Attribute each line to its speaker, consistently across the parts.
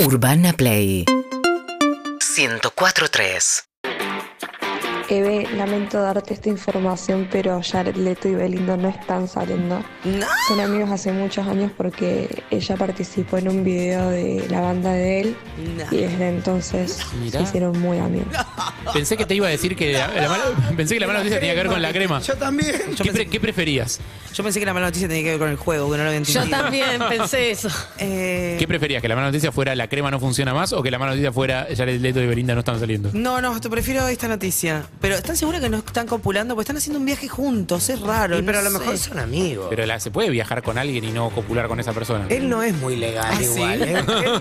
Speaker 1: Urbana Play 104.3
Speaker 2: Eve, lamento darte esta información, pero Jared Leto y Belindo no están saliendo. Son amigos hace muchos años porque ella participó en un video de la banda de él y desde entonces
Speaker 3: Mirá.
Speaker 2: se hicieron muy amigos.
Speaker 3: Pensé que te iba a decir que la, la mala- pensé que la mala noticia tenía que ver con la crema.
Speaker 4: Yo también.
Speaker 3: ¿Qué, pre- qué preferías?
Speaker 5: Yo pensé que la mala noticia tenía que ver con el juego, que no lo había entendido.
Speaker 6: Yo también pensé eso.
Speaker 5: Eh,
Speaker 3: ¿Qué preferías? ¿Que la mala noticia fuera la crema no funciona más o que la mala noticia fuera Jared Leto y Belinda no están saliendo?
Speaker 5: no, no, te prefiero esta noticia. Pero ¿están seguros que no están copulando? Porque están haciendo un viaje juntos, es raro.
Speaker 4: pero a
Speaker 5: no
Speaker 4: lo mejor
Speaker 5: sé.
Speaker 4: son amigos.
Speaker 3: Pero la, se puede viajar con alguien y no copular con esa persona.
Speaker 4: él no es muy legal
Speaker 5: ¿Ah, sí?
Speaker 4: igual, ¿eh? Él no, él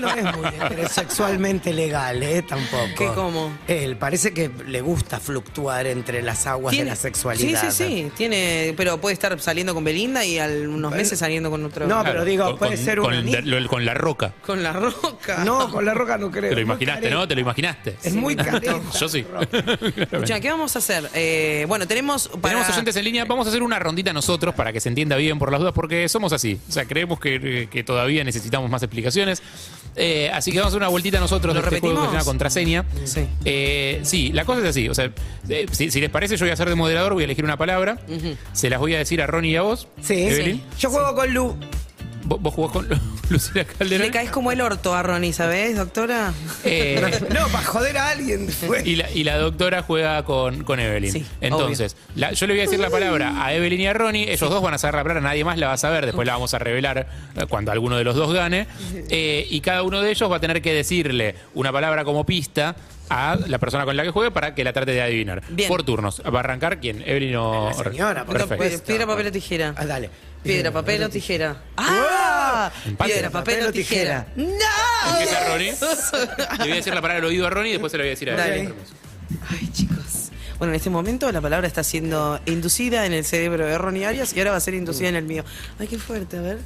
Speaker 4: no es muy pero sexualmente legal, ¿eh? Tampoco.
Speaker 5: ¿Qué, cómo?
Speaker 4: Él parece que le gusta fluctuar entre las aguas de la sexualidad.
Speaker 5: Sí, sí, sí. Tiene, pero puede estar saliendo con Belinda y a unos meses saliendo con otro.
Speaker 4: No,
Speaker 3: Claro,
Speaker 4: pero digo,
Speaker 3: con-
Speaker 4: puede
Speaker 3: con-
Speaker 4: ser un
Speaker 3: con,
Speaker 4: anillo.
Speaker 3: lo- con la roca.
Speaker 5: Con la roca.
Speaker 4: No, con la roca no creo.
Speaker 3: Te lo
Speaker 4: Es muy
Speaker 3: imaginaste,
Speaker 4: careta.
Speaker 3: ¿no? Te lo imaginaste.
Speaker 4: Es muy careta.
Speaker 3: Yo sí.
Speaker 5: Escuchá, ¿qué vamos a hacer? Eh, bueno, tenemos. para-
Speaker 3: Tenemos oyentes en línea, vamos a hacer una rondita nosotros para que se entienda bien por las dudas, porque somos así. O sea, creemos que, eh, que todavía necesitamos más explicaciones. Eh, así que vamos a hacer una vueltita nosotros
Speaker 5: ¿Lo
Speaker 3: de este juego que se
Speaker 5: repetimos?
Speaker 3: llama contraseña.
Speaker 5: Sí.
Speaker 3: Eh, sí, la cosa es así. O sea, eh, si, si les parece, yo voy a ser de moderador, voy a elegir una palabra. Se las voy a decir a Ronnie y a vos.
Speaker 4: Sí.
Speaker 3: Evelyn.
Speaker 4: Yo juego con Lu.
Speaker 3: Vos, vos jugás con Lucía Calderón.
Speaker 5: Le caes como el orto a Ronnie, ¿sabés, doctora?
Speaker 3: Eh,
Speaker 4: No, para joder a alguien. fue.
Speaker 3: y, la, y la doctora juega con, con Evelyn.
Speaker 5: Sí,
Speaker 3: Entonces, la- yo le voy a decir la palabra a Evelyn y a Ronnie. Ellos dos van a saber la palabra, nadie más la va a saber. Después la vamos a revelar eh, cuando alguno de los dos gane. Eh, y cada uno de ellos va a tener que decirle una palabra como pista a la persona con la que juegue para que la trate de adivinar.
Speaker 5: Bien.
Speaker 3: Por turnos. ¿Va a arrancar quién? ¿Evelyn o
Speaker 4: La señora, por
Speaker 3: Perfecto.
Speaker 4: supuesto.
Speaker 5: Piedra, papel o tijera.
Speaker 4: Ah, dale.
Speaker 5: Piedra, papel o tijera. ¡Ah!
Speaker 3: Empate.
Speaker 5: Piedra, papel o tijera. ¡No!
Speaker 3: Empieza Ronnie. Le voy a decir la palabra al oído a Ronnie y después se la voy a decir a
Speaker 5: Dale.
Speaker 3: Evelyn.
Speaker 5: Ay, chicos. Bueno, en este momento la palabra está siendo inducida en el cerebro de Ronnie Arias y ahora va a ser inducida en el mío. Ay, qué fuerte, a ver.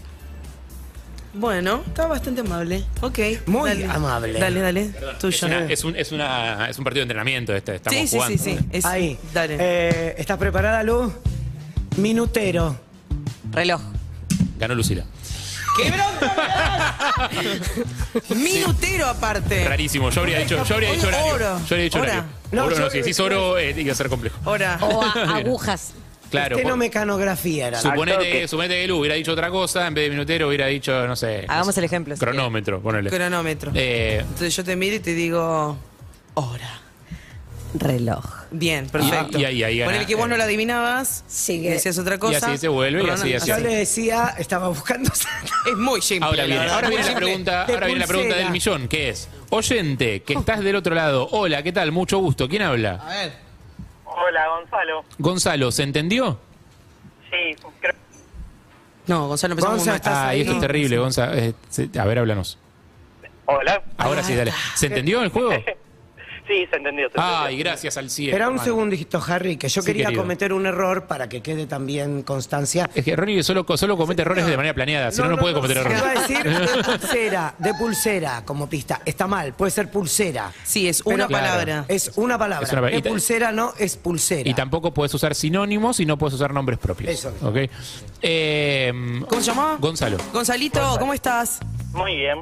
Speaker 5: Bueno, está bastante amable. Ok.
Speaker 4: Muy
Speaker 5: dale.
Speaker 4: amable.
Speaker 5: Dale, dale.
Speaker 3: Es,
Speaker 5: Tuyo.
Speaker 3: una- es un, es, una- es un partido de entrenamiento este, estamos
Speaker 5: sí, sí,
Speaker 3: jugando.
Speaker 5: sí, sí. Es-
Speaker 4: Ahí.
Speaker 5: Dale.
Speaker 4: Eh, ¿Estás preparada, Lu? Minutero.
Speaker 6: Reloj.
Speaker 3: Ganó Lucila.
Speaker 5: Minutero aparte.
Speaker 3: Rarísimo, yo habría dicho, yo habría dicho horario.
Speaker 5: Oro.
Speaker 3: Yo habría dicho
Speaker 5: Hora.
Speaker 3: horario.
Speaker 4: No,
Speaker 3: Oro
Speaker 4: yo
Speaker 3: no, si
Speaker 4: habría
Speaker 3: decís
Speaker 4: dicho
Speaker 3: oro, eh, iba a ser complejo.
Speaker 5: Hora.
Speaker 6: O a- agujas.
Speaker 3: Claro,
Speaker 4: Este
Speaker 3: por-
Speaker 4: Estenomecanografía era.
Speaker 3: suponete, suponete que Lu hubiera dicho otra cosa, en vez de minutero hubiera dicho, no sé.
Speaker 6: Hagamos
Speaker 3: no sé,
Speaker 6: el ejemplo, si
Speaker 3: Cronómetro, ponele.
Speaker 5: Cronómetro.
Speaker 3: Eh,
Speaker 5: Entonces yo te miro y te digo. Hora.
Speaker 6: Reloj.
Speaker 5: Bien, perfecto.
Speaker 3: Y- y ahí- ahí gana.
Speaker 5: Con el que vos no la adivinabas,
Speaker 6: Sigue.
Speaker 5: decías otra cosa.
Speaker 3: Y así se vuelve, y
Speaker 5: Ron-
Speaker 3: así, así,
Speaker 4: Yo
Speaker 3: así.
Speaker 4: le decía, estaba buscando.
Speaker 5: Es muy simple.
Speaker 3: Ahora
Speaker 5: la
Speaker 3: viene,
Speaker 5: verdad.
Speaker 3: ahora viene
Speaker 5: Muy
Speaker 3: la
Speaker 5: simple.
Speaker 3: pregunta,
Speaker 4: de
Speaker 3: ahora viene la pregunta
Speaker 4: pulsera.
Speaker 3: del millón, que es, oyente, que estás del otro lado, hola, ¿qué tal? Mucho gusto, ¿quién habla?
Speaker 5: A ver.
Speaker 7: Hola, Gonzalo.
Speaker 3: Gonzalo, ¿se entendió?
Speaker 7: Sí, creo-
Speaker 5: No, Gonzalo, empezamos
Speaker 4: Gonza,
Speaker 5: con
Speaker 4: ¿estás
Speaker 3: Ah, y
Speaker 4: ahí?
Speaker 3: esto es terrible, Gonza. Eh, se- a ver, háblanos.
Speaker 7: Hola.
Speaker 3: Ahora sí, dale. ¿Se entendió el juego?
Speaker 7: Sí, se entendió. se entendió.
Speaker 3: Ay, gracias al cielo.
Speaker 4: Espera un
Speaker 3: hermano.
Speaker 4: segundito, Harry, que yo
Speaker 3: Sí,
Speaker 4: quería
Speaker 3: querido.
Speaker 4: cometer un error para que quede también constancia.
Speaker 3: Es que Ronnie solo, solo comete errores de manera planeada, si no, no, puede cometer
Speaker 4: se
Speaker 3: errores.
Speaker 4: Iba a decir de pulsera, de pulsera como pista. Está mal, puede ser pulsera.
Speaker 5: Sí, es una
Speaker 3: Pero-
Speaker 5: palabra.
Speaker 4: Es una palabra.
Speaker 3: Es una palabra.
Speaker 4: De
Speaker 3: Y ta-
Speaker 4: pulsera no es pulsera.
Speaker 3: Y tampoco puedes usar sinónimos y no puedes usar nombres propios.
Speaker 4: Eso.
Speaker 3: ¿ok? Eh,
Speaker 5: ¿Cómo se llamaba?
Speaker 3: Gonzalo.
Speaker 5: Gonzalito, ¿cómo estás?
Speaker 7: Muy bien.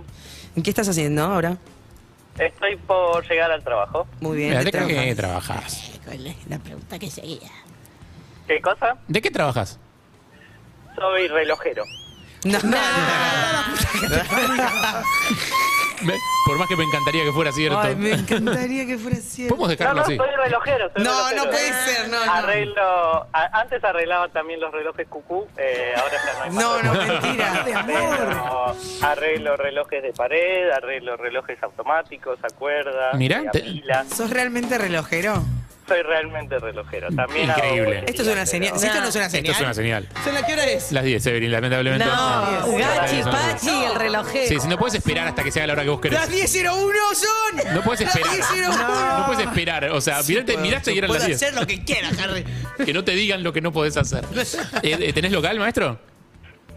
Speaker 5: ¿Qué estás haciendo ahora?
Speaker 7: Estoy por llegar al trabajo.
Speaker 5: Muy bien.
Speaker 3: Mira,
Speaker 5: ¿de
Speaker 3: ¿De
Speaker 5: trabajas?
Speaker 3: qué trabajas?
Speaker 6: La pregunta que seguía.
Speaker 7: ¿Qué cosa?
Speaker 3: ¿De qué trabajas?
Speaker 7: Soy relojero.
Speaker 5: No.
Speaker 3: Me- Por más que me encantaría que fuera cierto.
Speaker 5: Ay, me encantaría que fuera cierto.
Speaker 3: Podemos
Speaker 7: No,
Speaker 3: dejarlo
Speaker 7: no,
Speaker 3: así.
Speaker 7: soy relojero. soy
Speaker 5: No,
Speaker 7: relojero.
Speaker 5: no puede ser, no, no.
Speaker 7: Arreglo. a- antes arreglaba también los relojes cucú. eh, ahora ya no hay más.
Speaker 5: No, no, mentira.
Speaker 4: De amor.
Speaker 7: Pero arreglo relojes de pared, arreglo relojes automáticos, a cuerda,
Speaker 3: Mirá,
Speaker 7: de a
Speaker 3: te-
Speaker 7: pila.
Speaker 5: ¿Sos realmente relojero?
Speaker 7: Soy realmente relojero. También hago
Speaker 3: Increíble.
Speaker 7: boletín,
Speaker 5: Esto es una
Speaker 7: pero-
Speaker 5: señal. Si esto no es una
Speaker 3: Esto
Speaker 5: señal.
Speaker 3: es una señal.
Speaker 5: ¿Suena qué hora es?
Speaker 3: Las 10, Evelyn, lamentablemente.
Speaker 6: No,
Speaker 3: Las
Speaker 6: Gachi,
Speaker 3: 10 son las 10.
Speaker 6: Pachi, el relojero.
Speaker 3: Sí, sí, no puedes esperar hasta que sea la hora que vos querés.
Speaker 5: Las 10.01 son.
Speaker 3: No puedes esperar.
Speaker 5: Las 10.01.
Speaker 3: No, puedes esperar. O sea, mirate- miraste y eran las
Speaker 5: Puedo
Speaker 3: 10.
Speaker 5: hacer lo que quiera, Harry.
Speaker 3: Que no te digan lo que no podés hacer. Eh, eh, ¿Tenés local, maestro?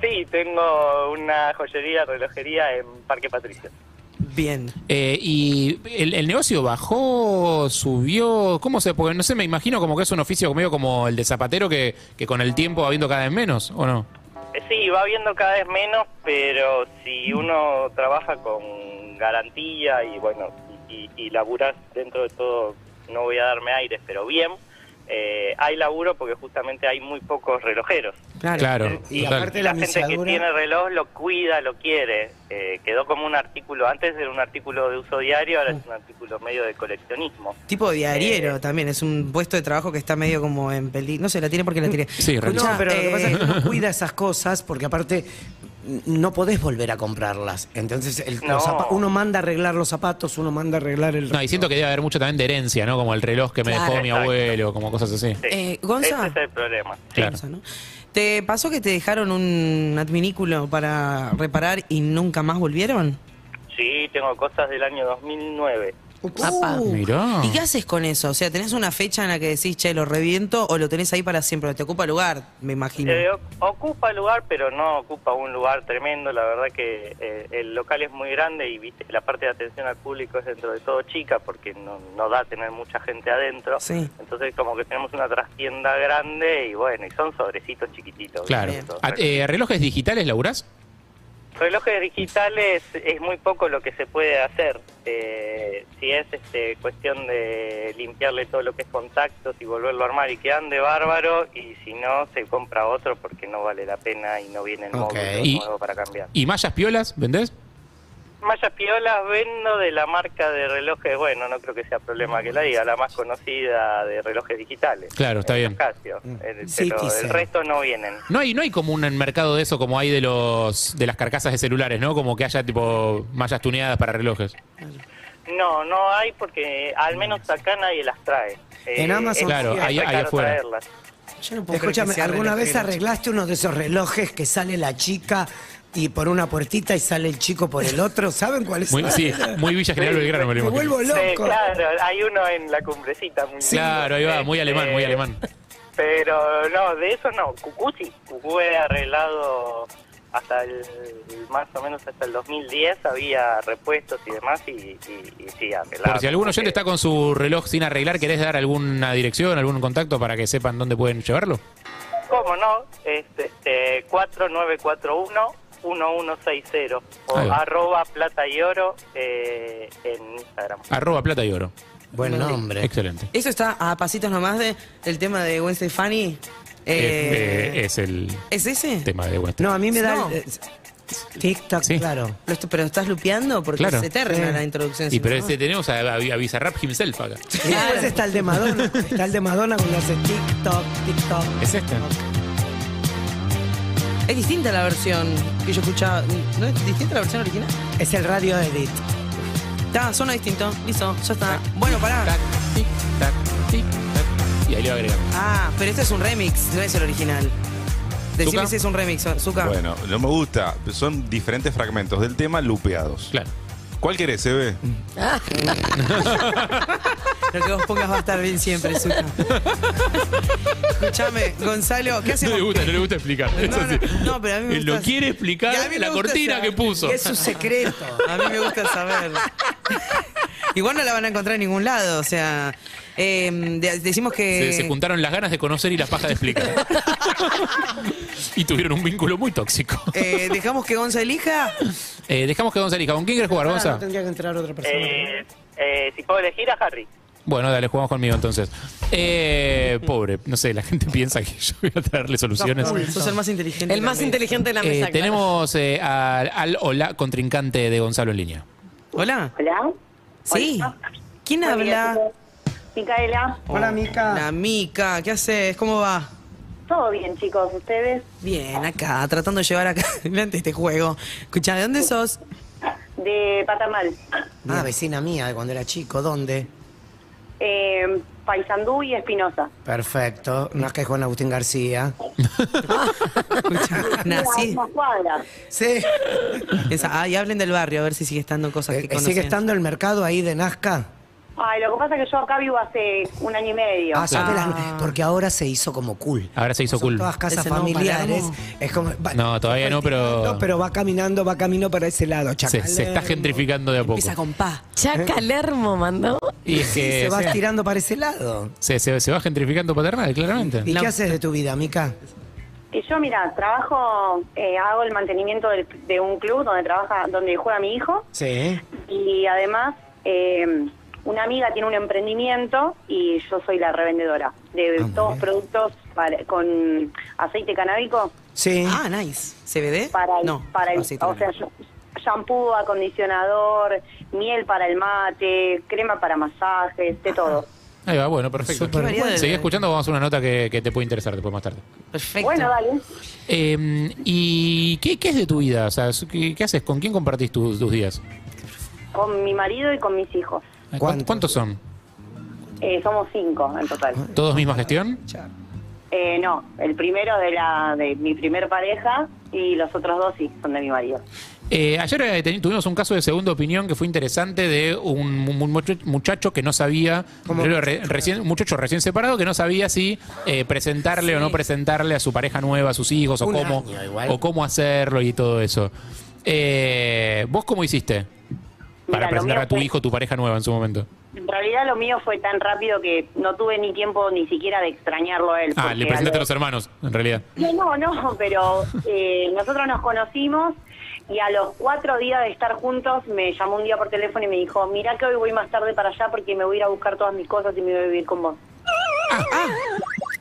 Speaker 7: Sí, tengo una joyería, relojería en Parque Patricio.
Speaker 5: Bien.
Speaker 3: Eh, ¿Y el, el negocio bajó, subió? ¿Cómo se? Porque no sé, me imagino como que es un oficio medio como el de zapatero que, que con el tiempo va viendo cada vez menos, ¿o no?
Speaker 7: Eh, Sí, va viendo cada vez menos, pero si uno trabaja con garantía y bueno, y, y- y laburas dentro de todo, no voy a darme aires, pero bien, eh, hay laburo porque justamente hay muy pocos relojeros.
Speaker 5: Claro.
Speaker 3: Claro.
Speaker 4: Eh, Y
Speaker 3: total.
Speaker 4: aparte la
Speaker 7: La gente que
Speaker 4: misiadura.
Speaker 7: tiene reloj lo cuida, lo quiere. Eh, quedó como un artículo, antes era un artículo de uso diario, ahora es un artículo medio de coleccionismo.
Speaker 5: Tipo diariero también, es un puesto de trabajo que está medio como en peli. No sé, la tiene porque la tiene.
Speaker 3: Sí, realmente.
Speaker 5: Escuchá,
Speaker 4: No, pero lo que pasa es
Speaker 5: eh,
Speaker 4: que uno cuida esas cosas porque aparte no podés volver a comprarlas. Entonces el-
Speaker 7: No.
Speaker 4: los zapa- uno manda a arreglar los zapatos, uno manda a arreglar el...
Speaker 3: No, y siento que debe haber mucho también de herencia, ¿no? Como el reloj que me
Speaker 6: Claro.
Speaker 3: dejó mi
Speaker 7: Exacto.
Speaker 3: abuelo, como cosas así.
Speaker 7: Sí,
Speaker 5: Eh, Gonza.
Speaker 7: Ese es el problema.
Speaker 3: Claro.
Speaker 5: Gonza, ¿no? ¿Te pasó que te dejaron un adminículo para reparar y nunca más volvieron?
Speaker 7: Sí, tengo cosas del año 2009.
Speaker 5: Uh, Apa.
Speaker 3: Mirá.
Speaker 5: ¿Y qué haces con eso? O sea, ¿tenés una fecha en la que decís, che, lo reviento o lo tenés ahí para siempre? Te ocupa lugar, me imagino.
Speaker 7: Eh, o- ocupa lugar, pero no ocupa un lugar tremendo. La verdad que eh, el local es muy grande y viste, la parte de atención al público es dentro de todo chica porque no, no da tener mucha gente adentro.
Speaker 5: Sí.
Speaker 7: Entonces como que tenemos una trastienda grande y bueno, y son sobrecitos chiquititos.
Speaker 3: Claro.
Speaker 7: ¿viste? Todo.
Speaker 3: A- eh, ¿Relojes digitales laburás?
Speaker 7: Relojes digitales es muy poco lo que se puede hacer. Eh, si es este, cuestión de limpiarle todo lo que es contactos y volverlo a armar y que ande bárbaro, y si no, se compra otro porque no vale la pena y no viene el
Speaker 4: Ok.
Speaker 7: módulo
Speaker 3: Y-
Speaker 7: nuevo para cambiar.
Speaker 3: ¿Y mallas piolas? ¿Vendés?
Speaker 7: Mallas piolas vendo de la marca de relojes, bueno, no creo que sea problema que la diga, la más conocida de relojes digitales.
Speaker 3: Claro, está
Speaker 7: Eh,
Speaker 3: bien.
Speaker 7: los Casio. El-
Speaker 5: Mm. Sí,
Speaker 7: pero
Speaker 5: quise.
Speaker 7: el resto no vienen.
Speaker 3: No hay, no hay como un mercado de eso como hay de los de las carcasas de celulares, ¿no? Como que haya tipo mallas tuneadas para relojes.
Speaker 7: No, no hay porque al menos acá nadie las trae. Eh,
Speaker 4: En Amazon
Speaker 7: es-
Speaker 3: Claro,
Speaker 7: es
Speaker 3: ahí-
Speaker 7: muy
Speaker 3: ahí
Speaker 7: caro
Speaker 3: afuera.
Speaker 7: traerlas.
Speaker 5: Yo no puedo creer que
Speaker 4: Escúchame,
Speaker 5: sea
Speaker 4: ¿alguna vez
Speaker 5: relojero,
Speaker 4: arreglaste uno de esos relojes que sale la chica y por una puertita y sale el chico por el otro? ¿Saben cuál es?
Speaker 3: Muy, sí, muy Villa General Belgrano, me lo
Speaker 4: Me
Speaker 3: imagino.
Speaker 4: vuelvo Oh, loco.
Speaker 7: Sí, claro, hay uno en la cumbrecita. Muy
Speaker 3: Claro, ahí va, muy alemán, muy
Speaker 7: Eh,
Speaker 3: alemán.
Speaker 7: Pero no, de eso no. Cucú sí. Cucú he arreglado hasta el, más o menos hasta el 2010. Había repuestos y demás y, y, y sí, arreglado.
Speaker 3: Por si algún oyente está
Speaker 7: Porque-
Speaker 3: con su reloj sin arreglar, ¿querés dar alguna dirección, algún contacto para que sepan dónde pueden llevarlo?
Speaker 7: ¿Cómo no? Este, este, 4941 1160 o
Speaker 3: Ahí va.
Speaker 7: arroba plata y oro eh, en Instagram.
Speaker 3: Arroba plata y oro.
Speaker 4: Buen nombre.
Speaker 3: Excelente.
Speaker 5: Eso está a pasitos nomás de el tema de Gwen Stefani. Eh,
Speaker 3: Eh, eh, es el
Speaker 5: ¿Es ese?
Speaker 3: tema de West.
Speaker 4: No, a mí me da...
Speaker 5: No.
Speaker 4: eh, Tic-tac,
Speaker 3: Sí.
Speaker 4: claro.
Speaker 5: Lo est- pero estás lupeando porque
Speaker 3: Claro.
Speaker 5: es eterna la introducción.
Speaker 3: y
Speaker 5: si
Speaker 3: pero
Speaker 5: no.
Speaker 3: ese tenemos a, a, a Bizarrap himself acá.
Speaker 4: Y después está el de Madonna. Está el de Madonna cuando hace tic-toc, tic-toc.
Speaker 3: ¿Es este?
Speaker 5: Es distinta la versión que yo escuchaba. ¿No es distinta la versión original?
Speaker 4: Es el radio edit.
Speaker 5: Está, suena distinto. Listo, ya
Speaker 3: Ah.
Speaker 5: está. ah, Bueno, pará.
Speaker 3: Tac, tic, tac, tic, tac. Y ahí le agregamos.
Speaker 5: Ah, pero este es un remix, no es el original. Decime
Speaker 3: ¿Zuka?
Speaker 5: si es un remix, Zuka.
Speaker 1: Bueno, no me gusta. Son diferentes fragmentos del tema lupeados.
Speaker 3: Claro.
Speaker 1: ¿Cuál querés, ve?
Speaker 5: Lo que vos pongas va a estar bien siempre, Zuka. Escuchame, Gonzalo, ¿qué
Speaker 3: No
Speaker 5: hacemos?
Speaker 3: le gusta, no le gusta explicar.
Speaker 5: No,
Speaker 3: Eso
Speaker 5: no,
Speaker 3: sí.
Speaker 5: no, pero a mí me
Speaker 3: Él lo
Speaker 5: gusta-
Speaker 3: quiere
Speaker 5: Y a
Speaker 3: explicar
Speaker 5: mí me
Speaker 3: la
Speaker 5: gusta
Speaker 3: cortina
Speaker 5: esa-
Speaker 3: que puso.
Speaker 4: Es su secreto.
Speaker 5: A mí me gusta saber. Igual no la van a encontrar en ningún lado, o sea, em, de- decimos que...
Speaker 3: Se, se juntaron las ganas de conocer y la paja de explicar. y tuvieron un vínculo muy tóxico.
Speaker 5: eh, dejamos que Gonza elija.
Speaker 3: Eh, dejamos que Gonza elija. ¿Con quién quieres jugar,
Speaker 4: Ah, no
Speaker 3: Gonza?
Speaker 4: tendría que entrar otra persona.
Speaker 7: Eh, eh, si puedo elegir a Harry.
Speaker 3: Bueno, dale, jugamos conmigo entonces. Eh, pobre, no sé, la gente piensa que yo voy a traerle soluciones.
Speaker 5: Sos el más inteligente.
Speaker 6: El más
Speaker 5: también.
Speaker 6: inteligente de la
Speaker 3: Eh,
Speaker 6: mesa. claro.
Speaker 3: tenemos eh, al, al o la contrincante de Gonzalo en línea.
Speaker 5: Hola.
Speaker 8: Hola.
Speaker 5: Sí.
Speaker 8: Hola.
Speaker 5: ¿Quién
Speaker 8: Buen día,
Speaker 5: habla?
Speaker 8: chicos. Micaela.
Speaker 4: Hola, Mica.
Speaker 5: La Mica. ¿Qué haces? ¿Cómo va?
Speaker 8: Todo bien, chicos. ¿Ustedes?
Speaker 5: Bien, acá, tratando de llevar acá adelante este juego. Escucha, ¿de dónde sos?
Speaker 8: De Patamal.
Speaker 4: Una vecina mía de cuando era chico, ¿dónde?
Speaker 8: Eh, Paisandú y Espinosa.
Speaker 4: Perfecto. No es que es Juan Agustín García.
Speaker 5: Escuchá, nací.
Speaker 8: Una cuadra.
Speaker 4: Sí.
Speaker 5: Esa- ay, hablen del barrio, a ver si sigue estando cosas que
Speaker 4: Eh,
Speaker 5: conocen.
Speaker 4: ¿Sigue estando el mercado ahí de Nazca?
Speaker 8: Ay, lo que pasa es que yo acá vivo hace un año y medio.
Speaker 4: Ah, son de las- porque ahora se hizo como cool.
Speaker 3: Ahora se hizo
Speaker 4: Son
Speaker 3: cool.
Speaker 4: todas casas
Speaker 5: Ese no,
Speaker 4: familiares.
Speaker 5: Palermo.
Speaker 4: es como, va-
Speaker 3: No, todavía no, pero-
Speaker 4: No, pero va caminando, va camino para ese lado,
Speaker 3: Se,
Speaker 4: chacal.
Speaker 3: se está gentrificando de a poco.
Speaker 5: Empieza con pa.
Speaker 6: Chacalermo mandó.
Speaker 3: Y es que
Speaker 4: se va
Speaker 3: se,
Speaker 4: estirando para ese lado.
Speaker 3: se- se va gentrificando paternal, claramente.
Speaker 4: ¿Y qué haces de tu vida, Mica?
Speaker 8: Y yo, mira, trabajo, eh, hago el mantenimiento del- de un club donde trabaja, donde juega mi hijo.
Speaker 4: Sí.
Speaker 8: Y además, eh, una amiga tiene un emprendimiento y yo soy la revendedora de
Speaker 4: Ah, muy
Speaker 8: todos
Speaker 4: bien.
Speaker 8: productos para- con aceite canábico
Speaker 4: Sí.
Speaker 5: Ah, nice. ¿CBD?
Speaker 8: para el,
Speaker 5: no,
Speaker 8: para el,
Speaker 5: aceite
Speaker 8: o sea,
Speaker 5: de
Speaker 8: sh- shampoo, acondicionador, miel para el mate, crema para masajes, de todo.
Speaker 5: Ah,
Speaker 3: Ahí va, bueno, perfecto.
Speaker 5: Qué variedad de-
Speaker 3: Seguí escuchando, vamos a hacer una nota que, que te puede interesar después más tarde.
Speaker 5: Perfecto.
Speaker 8: Bueno, dale.
Speaker 3: Eh, ¿Y qué, qué es de tu vida? O sea, ¿qué, qué haces? ¿Con quién compartís tus- tus días?
Speaker 8: Con mi marido y con mis hijos.
Speaker 3: ¿Cuán-
Speaker 4: ¿Cuántos?
Speaker 3: ¿Cuántos son?
Speaker 8: Eh, somos cinco en total.
Speaker 5: Ah.
Speaker 3: ¿Todos misma gestión?
Speaker 8: Eh, no, el primero de la de mi primer pareja y los otros dos sí son de mi marido.
Speaker 3: Eh, ayer eh, teni- tuvimos un caso de segunda opinión que fue interesante de un, un mucho- muchacho que no sabía, primero re- recién, un muchacho recién separado que no sabía si eh, presentarle o no presentarle a su pareja nueva, a sus hijos, o
Speaker 4: Un
Speaker 3: cómo,
Speaker 4: año igual.
Speaker 3: o cómo hacerlo y todo eso. Eh, ¿Vos cómo hiciste para
Speaker 8: Mira, lo
Speaker 3: presentar
Speaker 8: mío
Speaker 3: a tu
Speaker 8: fue-
Speaker 3: hijo, tu pareja nueva en su momento?
Speaker 8: En realidad lo mío fue tan rápido que no tuve ni tiempo ni siquiera de extrañarlo a él.
Speaker 3: Ah,
Speaker 8: porque
Speaker 3: le
Speaker 8: a
Speaker 3: presentaste a los
Speaker 8: los-
Speaker 3: hermanos, en realidad.
Speaker 8: No, no, no, pero eh, nosotros nos conocimos y a los cuatro días de estar juntos me llamó un día por teléfono y me dijo, mirá que hoy voy más tarde para allá porque me voy a ir a buscar todas mis cosas y me voy a vivir con vos.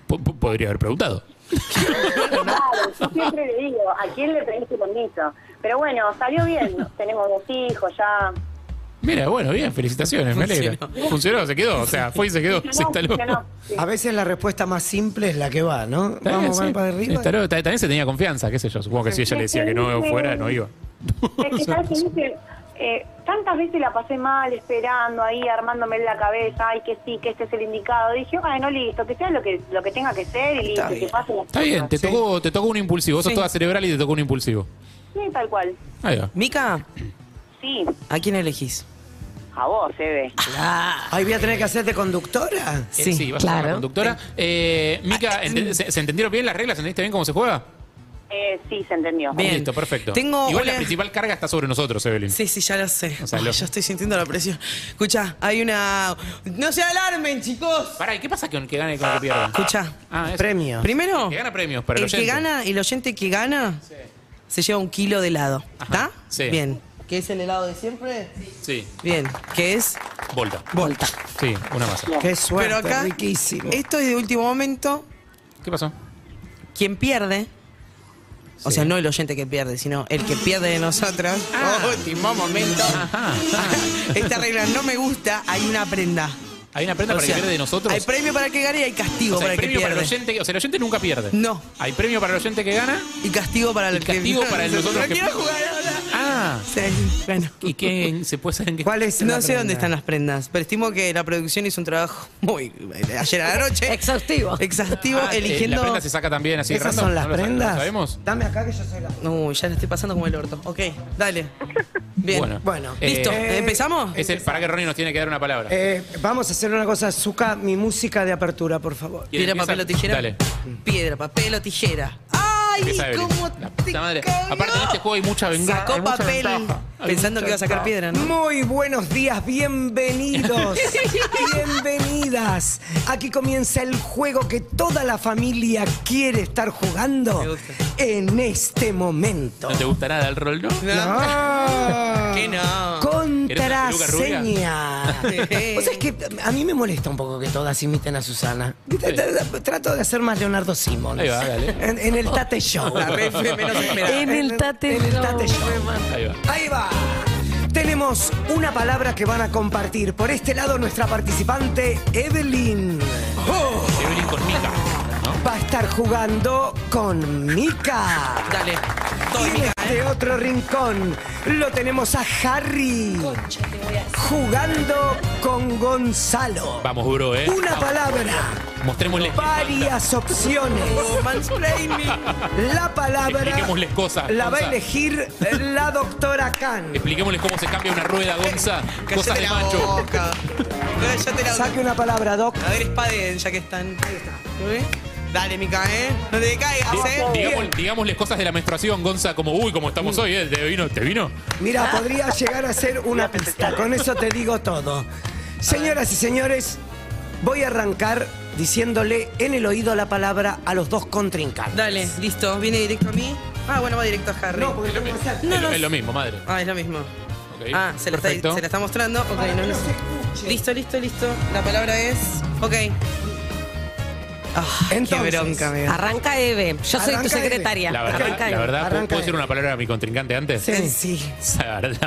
Speaker 3: Po- po- Podría haber preguntado.
Speaker 8: Claro, yo siempre le digo, ¿a quién le pediste permiso? Pero bueno, salió bien, tenemos dos hijos ya.
Speaker 3: Mira, bueno, bien, felicitaciones, me alegra. Funcionó, se quedó, o sea, fue y se quedó, se
Speaker 8: No,
Speaker 3: instaló.
Speaker 8: no, no, sí.
Speaker 5: Ah,
Speaker 4: A veces la respuesta más simple es la que va, ¿no?
Speaker 3: Está bien,
Speaker 4: Vamos, vamos
Speaker 3: sí.
Speaker 4: para arriba.
Speaker 3: Instaló, ta- también se tenía confianza, qué sé yo. Supongo que si ella le decía que no fuera, no iba.
Speaker 8: Es que, ¿sabes qué? Dice, eh, tantas veces la pasé mal esperando ahí, armándome en la cabeza, ay, que sí, que este es el indicado. Dije, bueno, listo, que sea lo que, lo que tenga que ser y listo,
Speaker 5: Está
Speaker 8: que
Speaker 5: bien.
Speaker 8: pasen las
Speaker 3: Está bien,
Speaker 8: cosas.
Speaker 3: te tocó, te tocó un impulsivo. Vos sos
Speaker 5: Sí.
Speaker 3: toda cerebral y te tocó un impulsivo.
Speaker 8: Sí, tal cual.
Speaker 3: Ahí va.
Speaker 5: Mica,
Speaker 8: Sí,
Speaker 5: ¿a quién elegís?
Speaker 8: a vos, Eve.
Speaker 4: Ahí voy a tener que hacerte conductora.
Speaker 3: Eh,
Speaker 5: Sí, Ah,
Speaker 3: vas a ser
Speaker 6: claro.
Speaker 3: la conductora. Eh, Mica,
Speaker 5: mm.
Speaker 3: ente- ¿se, se entendieron bien las reglas? ¿Entendiste bien cómo se juega? Ah,
Speaker 8: Eh, sí, se entendió.
Speaker 5: Bien.
Speaker 3: Listo, perfecto.
Speaker 5: Tengo
Speaker 3: Igual
Speaker 5: una-
Speaker 3: la principal carga está sobre nosotros, Evelyn.
Speaker 5: Sí, sí, ya lo sé.
Speaker 3: O sea,
Speaker 5: Ay,
Speaker 3: lo-
Speaker 5: Yo estoy sintiendo la presión. Escucha, hay una. ¡No se alarmen, chicos!
Speaker 3: Pará, ¿y qué pasa con el que gana y con el que pierda?
Speaker 5: Escucha.
Speaker 3: Ah, es-
Speaker 4: Eh, Premio.
Speaker 5: Primero,
Speaker 3: El que gana premios para el
Speaker 5: el, que
Speaker 3: oyente.
Speaker 5: gana, el oyente que gana, se lleva un kilo de helado. ¿Está?
Speaker 3: sí.
Speaker 5: Bien. ¿Qué es el helado de siempre?
Speaker 3: Sí,
Speaker 5: Bien. ¿Qué es?
Speaker 3: volta.
Speaker 5: Volta.
Speaker 3: Sí, una masa.
Speaker 4: Qué suerte,
Speaker 5: Pero acá,
Speaker 4: riquísimo.
Speaker 5: esto es de último momento.
Speaker 3: ¿Qué pasó?
Speaker 5: Quien pierde, o sea, no el oyente que pierde, sino el que pierde de nosotros.
Speaker 3: Ah.
Speaker 5: último momento.
Speaker 3: Ajá.
Speaker 5: Esta regla no me gusta, hay una prenda.
Speaker 3: ¿Hay una prenda
Speaker 5: O
Speaker 3: para
Speaker 5: sea,
Speaker 3: que pierde de nosotros?
Speaker 5: Hay premio para el que gane y hay castigo
Speaker 3: O sea,
Speaker 5: para
Speaker 3: hay
Speaker 5: el que
Speaker 3: premio para el
Speaker 5: pierde.
Speaker 3: oyente. O sea, el oyente nunca pierde.
Speaker 5: No.
Speaker 3: Hay premio para el oyente que gana.
Speaker 5: y castigo para el
Speaker 3: Y castigo
Speaker 5: que
Speaker 3: para el nosotros
Speaker 5: No
Speaker 3: que-
Speaker 5: quiero jugar ahora.
Speaker 3: Ah.
Speaker 5: Sí, bueno.
Speaker 3: ¿Y qué se puede saber en qué?
Speaker 4: ¿Cuál es
Speaker 5: No
Speaker 4: la
Speaker 5: sé dónde
Speaker 4: prenda?
Speaker 5: están las prendas, pero estimo que la producción hizo un trabajo muy. ayer a la noche.
Speaker 6: Exhaustivo.
Speaker 5: Exhaustivo,
Speaker 3: Ah, eh,
Speaker 5: eligiendo.
Speaker 3: la prenda se saca también así
Speaker 4: ¿Esas
Speaker 3: random,
Speaker 4: son las
Speaker 3: ¿no lo sabe-
Speaker 4: prendas?
Speaker 3: ¿Lo sabemos?
Speaker 4: Dame acá que yo soy la...
Speaker 5: Uy, ya la estoy pasando como el orto. Ok, dale. Bien.
Speaker 3: Bueno.
Speaker 4: Bueno,
Speaker 3: Eh,
Speaker 5: Listo, ¿empezamos?
Speaker 3: Es el, para que Ronnie nos tiene que dar una palabra.
Speaker 4: Eh, vamos a hacer una cosa. Zuka, mi música de apertura, por favor.
Speaker 3: ¿Quién
Speaker 5: Piedra,
Speaker 3: empieza?
Speaker 5: papel o tijera.
Speaker 3: Dale.
Speaker 5: Piedra, papel o tijera. ¡Ay!
Speaker 3: Empieza Evelyn.
Speaker 5: ¿Cómo
Speaker 3: La
Speaker 5: te
Speaker 3: puta madre.
Speaker 5: cagó?
Speaker 3: Aparte, en este juego hay mucha venganza, hay
Speaker 5: Sacó
Speaker 3: mucha
Speaker 5: papel
Speaker 3: ventaja. Hay
Speaker 5: pensando que iba a sacar piedra, ¿no?
Speaker 4: Muy buenos días, bienvenidos, bienvenidas. Aquí comienza el juego que toda la familia quiere estar
Speaker 5: Me
Speaker 4: jugando
Speaker 5: gusta.
Speaker 4: en este momento. Ah.
Speaker 3: No te gusta nada el rol, ¿no?
Speaker 4: No.
Speaker 5: ¿Qué no?
Speaker 4: Contraseña.
Speaker 5: peluca rubia?
Speaker 4: O sea, es que a mí me molesta un poco que todas imiten a Susana. Trato de hacer más Leonardo Simons.
Speaker 3: Ahí va, dale.
Speaker 4: En, en el Tate Show.
Speaker 5: La re fue menos esperada.
Speaker 6: En el Tate
Speaker 4: En el
Speaker 6: Show,
Speaker 4: Tate Show.
Speaker 6: me mata.
Speaker 3: Ahí va.
Speaker 4: Ahí va. Tenemos una palabra que van a compartir. Por este lado, nuestra participante Evelyn
Speaker 3: Evelyn con Mica. ¿no?
Speaker 4: va a estar jugando con Mika.
Speaker 5: Dale. Todo
Speaker 4: Y
Speaker 5: mi ¿eh?
Speaker 4: en este otro rincón lo tenemos a Harry jugando con Gonzalo.
Speaker 3: Vamos, bro, ¿eh?
Speaker 4: Una
Speaker 3: Vamos.
Speaker 4: palabra,
Speaker 3: Mostrémosle.
Speaker 4: varias opciones.
Speaker 5: mansplaining.
Speaker 4: La palabra
Speaker 3: Oh, Expliquémosles cosas,
Speaker 4: la va a
Speaker 3: Gonza.
Speaker 4: elegir la doctora Khan.
Speaker 3: Expliquémosles cómo se cambia una rueda, Gonza.
Speaker 5: Cállate
Speaker 3: Cosas de
Speaker 5: la
Speaker 3: macho.
Speaker 5: boca. Cállate la
Speaker 4: Saque
Speaker 5: boca.
Speaker 4: una palabra, Doc.
Speaker 5: A ver, espaden, ya que están. Ahí está. ¿Lo ves? Dale, Mica, ¿eh? No te decaigas, ¿eh?
Speaker 3: Digamos- digámosles cosas de la menstruación, Gonza, como, uy, como estamos hoy, ¿eh? ¿Te vino? ¿Te vino?
Speaker 4: Mira, podría llegar a ser una pista. Con eso te digo todo. Señoras y señores, voy a arrancar diciéndole en el oído la palabra a los dos contrincantes.
Speaker 5: Dale, listo. Viene directo a mí. Ah, bueno, va directo a Harry.
Speaker 4: No, porque lo tengo que hacer.
Speaker 5: No,
Speaker 3: es, lo,
Speaker 5: no.
Speaker 3: es lo mismo, madre.
Speaker 5: Ah, es lo mismo.
Speaker 3: Ok,
Speaker 5: Ah, se la, está,
Speaker 3: perfecto.
Speaker 5: se la está mostrando. Ok, no, no sé. Listo, listo, listo. La palabra es. Ok. Ah, qué
Speaker 4: Entonces,
Speaker 5: bronca, me da.
Speaker 6: Arranca Eve. Yo soy
Speaker 4: Arranca
Speaker 6: tu
Speaker 4: Eve.
Speaker 6: secretaria.
Speaker 3: La verdad,
Speaker 6: Arranca
Speaker 3: la
Speaker 6: Eve.
Speaker 3: verdad, ¿puedo-
Speaker 4: Arranca
Speaker 3: ¿puedo
Speaker 4: ahí.
Speaker 3: decir una palabra a mi contrincante antes?
Speaker 4: Sí.
Speaker 5: Sí.
Speaker 3: La verdad,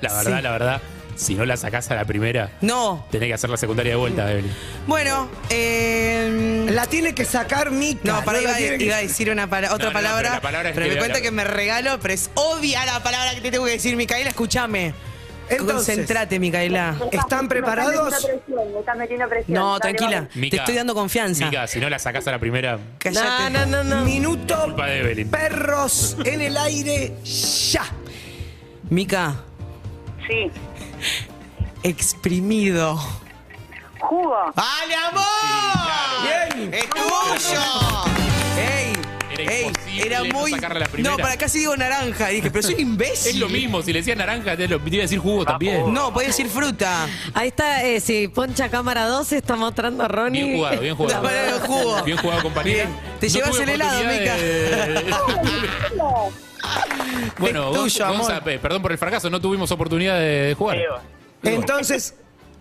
Speaker 3: la verdad, la verdad,
Speaker 4: Sí.
Speaker 3: la verdad. Si no la sacás a la primera,
Speaker 5: No.
Speaker 3: tenés que hacer la secundaria de vuelta, Evelyn.
Speaker 5: Bueno, eh.
Speaker 4: La tiene que sacar Mica.
Speaker 5: No, para
Speaker 4: la
Speaker 5: iba, a-
Speaker 4: tiene que-
Speaker 5: iba a decir una pala- otra
Speaker 3: No, no, no,
Speaker 5: palabra.
Speaker 3: pero la
Speaker 5: pero
Speaker 3: palabra es
Speaker 5: me
Speaker 3: que la-
Speaker 5: cuenta que me regalo, pero es obvia la palabra que te tengo que decir, Micaela. Escúchame.
Speaker 4: Entonces.
Speaker 5: Concentrate, Micaela.
Speaker 4: ¿Están preparados?
Speaker 8: Me estás metiendo presión, me estás metiendo presión.
Speaker 5: No,
Speaker 8: Dale,
Speaker 5: tranquila.
Speaker 8: vamos.
Speaker 3: Mica,
Speaker 5: te estoy dando confianza.
Speaker 3: Mica, si no la sacás a la primera,
Speaker 5: Cállate.
Speaker 6: No, no, no, no.
Speaker 4: Minuto.
Speaker 3: culpa de Evelyn.
Speaker 4: Perros en el aire ya.
Speaker 5: Mica,
Speaker 8: Sí.
Speaker 5: exprimido.
Speaker 8: Jugo.
Speaker 5: ¡Ale, amor!
Speaker 4: Bien.
Speaker 5: ¡Es tuyo! ¡Ey!
Speaker 3: Era
Speaker 5: ey,
Speaker 3: imposible
Speaker 5: era
Speaker 3: no
Speaker 5: muy.
Speaker 3: sacarla la primera.
Speaker 5: no, para acá sí digo naranja. Y dije, pero soy un imbécil.
Speaker 3: Es lo mismo, si le decías naranja, te lo te iba a decir jugo también.
Speaker 5: No, podía decir fruta.
Speaker 6: Ahí está, eh, si poncha cámara 2, está mostrando a Ronnie.
Speaker 3: Bien jugado, bien jugado.
Speaker 5: La palabra de jugo.
Speaker 3: Bien jugado, compañera.
Speaker 5: Bien. Te
Speaker 3: No
Speaker 5: llevas
Speaker 3: tuve
Speaker 5: el helado,
Speaker 3: oportunidad de- bueno,
Speaker 5: Es
Speaker 3: Gonz-
Speaker 5: tuyo, amor.
Speaker 3: Gonza, eh, perdón por el fracaso, no tuvimos oportunidad de, de jugar.
Speaker 7: Eva.
Speaker 4: Entonces,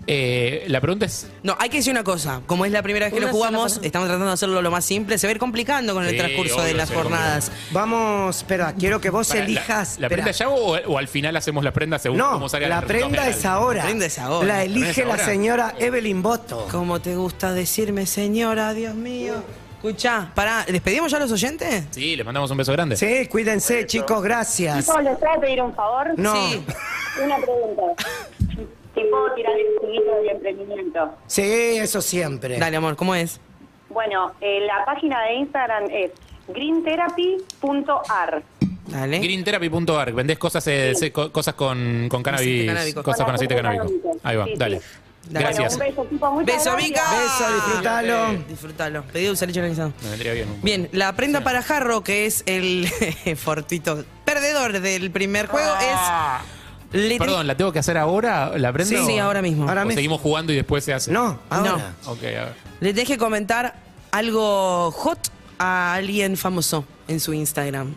Speaker 3: Eh, la pregunta es.
Speaker 5: No, hay que decir una cosa. Como es la primera vez que
Speaker 6: Una
Speaker 5: lo jugamos,
Speaker 6: sola palabra.
Speaker 5: estamos tratando de hacerlo lo más simple. Se va a ir complicando con el
Speaker 3: Sí,
Speaker 5: transcurso
Speaker 3: obvio,
Speaker 5: de las
Speaker 3: se va a ir
Speaker 5: jornadas.
Speaker 4: vamos, espera, quiero que vos
Speaker 3: pará,
Speaker 4: elijas.
Speaker 3: ¿La, la
Speaker 4: espera.
Speaker 3: prenda ya o, o al final hacemos la prenda según
Speaker 4: No,
Speaker 3: cómo salga
Speaker 4: la
Speaker 3: el resultado
Speaker 4: prenda
Speaker 3: final?
Speaker 4: es ahora.
Speaker 5: La prenda es ahora.
Speaker 4: La
Speaker 5: La
Speaker 3: prenda es
Speaker 4: elige la
Speaker 3: ahora.
Speaker 4: señora Evelyn Boto.
Speaker 5: Como te gusta decirme, señora, Dios mío. Escuchá, pará, ¿despedimos ya a los oyentes?
Speaker 3: Sí, le mandamos un beso grande.
Speaker 4: Sí, cuídense, chicos, gracias.
Speaker 8: Chicos, ¿les puedo pedir un favor?
Speaker 4: No.
Speaker 5: Sí.
Speaker 8: Una pregunta. ¿Te puedo tirar el juguito del emprendimiento?
Speaker 4: Sí, eso siempre.
Speaker 5: Dale, amor, ¿cómo es?
Speaker 8: Bueno, eh, la página de Instagram es greentherapy.ar.
Speaker 5: Dale.
Speaker 3: Greentherapy.org, vendés cosas, eh, se- co- cosas con, con cannabis,
Speaker 5: Aceite canábico.
Speaker 3: cosas con aceite
Speaker 8: Con aceite
Speaker 3: canábico.
Speaker 8: canábico.
Speaker 3: Ahí va,
Speaker 8: Sí,
Speaker 3: dale.
Speaker 8: sí.
Speaker 5: Dale.
Speaker 3: Gracias.
Speaker 8: Bueno, un beso, chicos. Muchas
Speaker 5: Beso,
Speaker 8: gracias.
Speaker 5: Mica.
Speaker 4: Beso, disfrutalo.
Speaker 5: Disfrutalo. Pedí dulce de leche organizado.
Speaker 3: Me vendría bien. un-
Speaker 5: Bien, la prenda para Jarro, que es el fortuito perdedor del primer juego, es. letri-
Speaker 3: Ah. Perdón, ¿la tengo que hacer ahora? ¿La prenda?
Speaker 5: Sí,
Speaker 3: o-
Speaker 5: sí, ahora mismo.
Speaker 4: Ahora
Speaker 3: o
Speaker 4: mismo.
Speaker 3: seguimos jugando y después se hace.
Speaker 4: No, ahora.
Speaker 5: No.
Speaker 3: Ok, a ver.
Speaker 5: Le deje comentar algo hot a alguien famoso en su Instagram.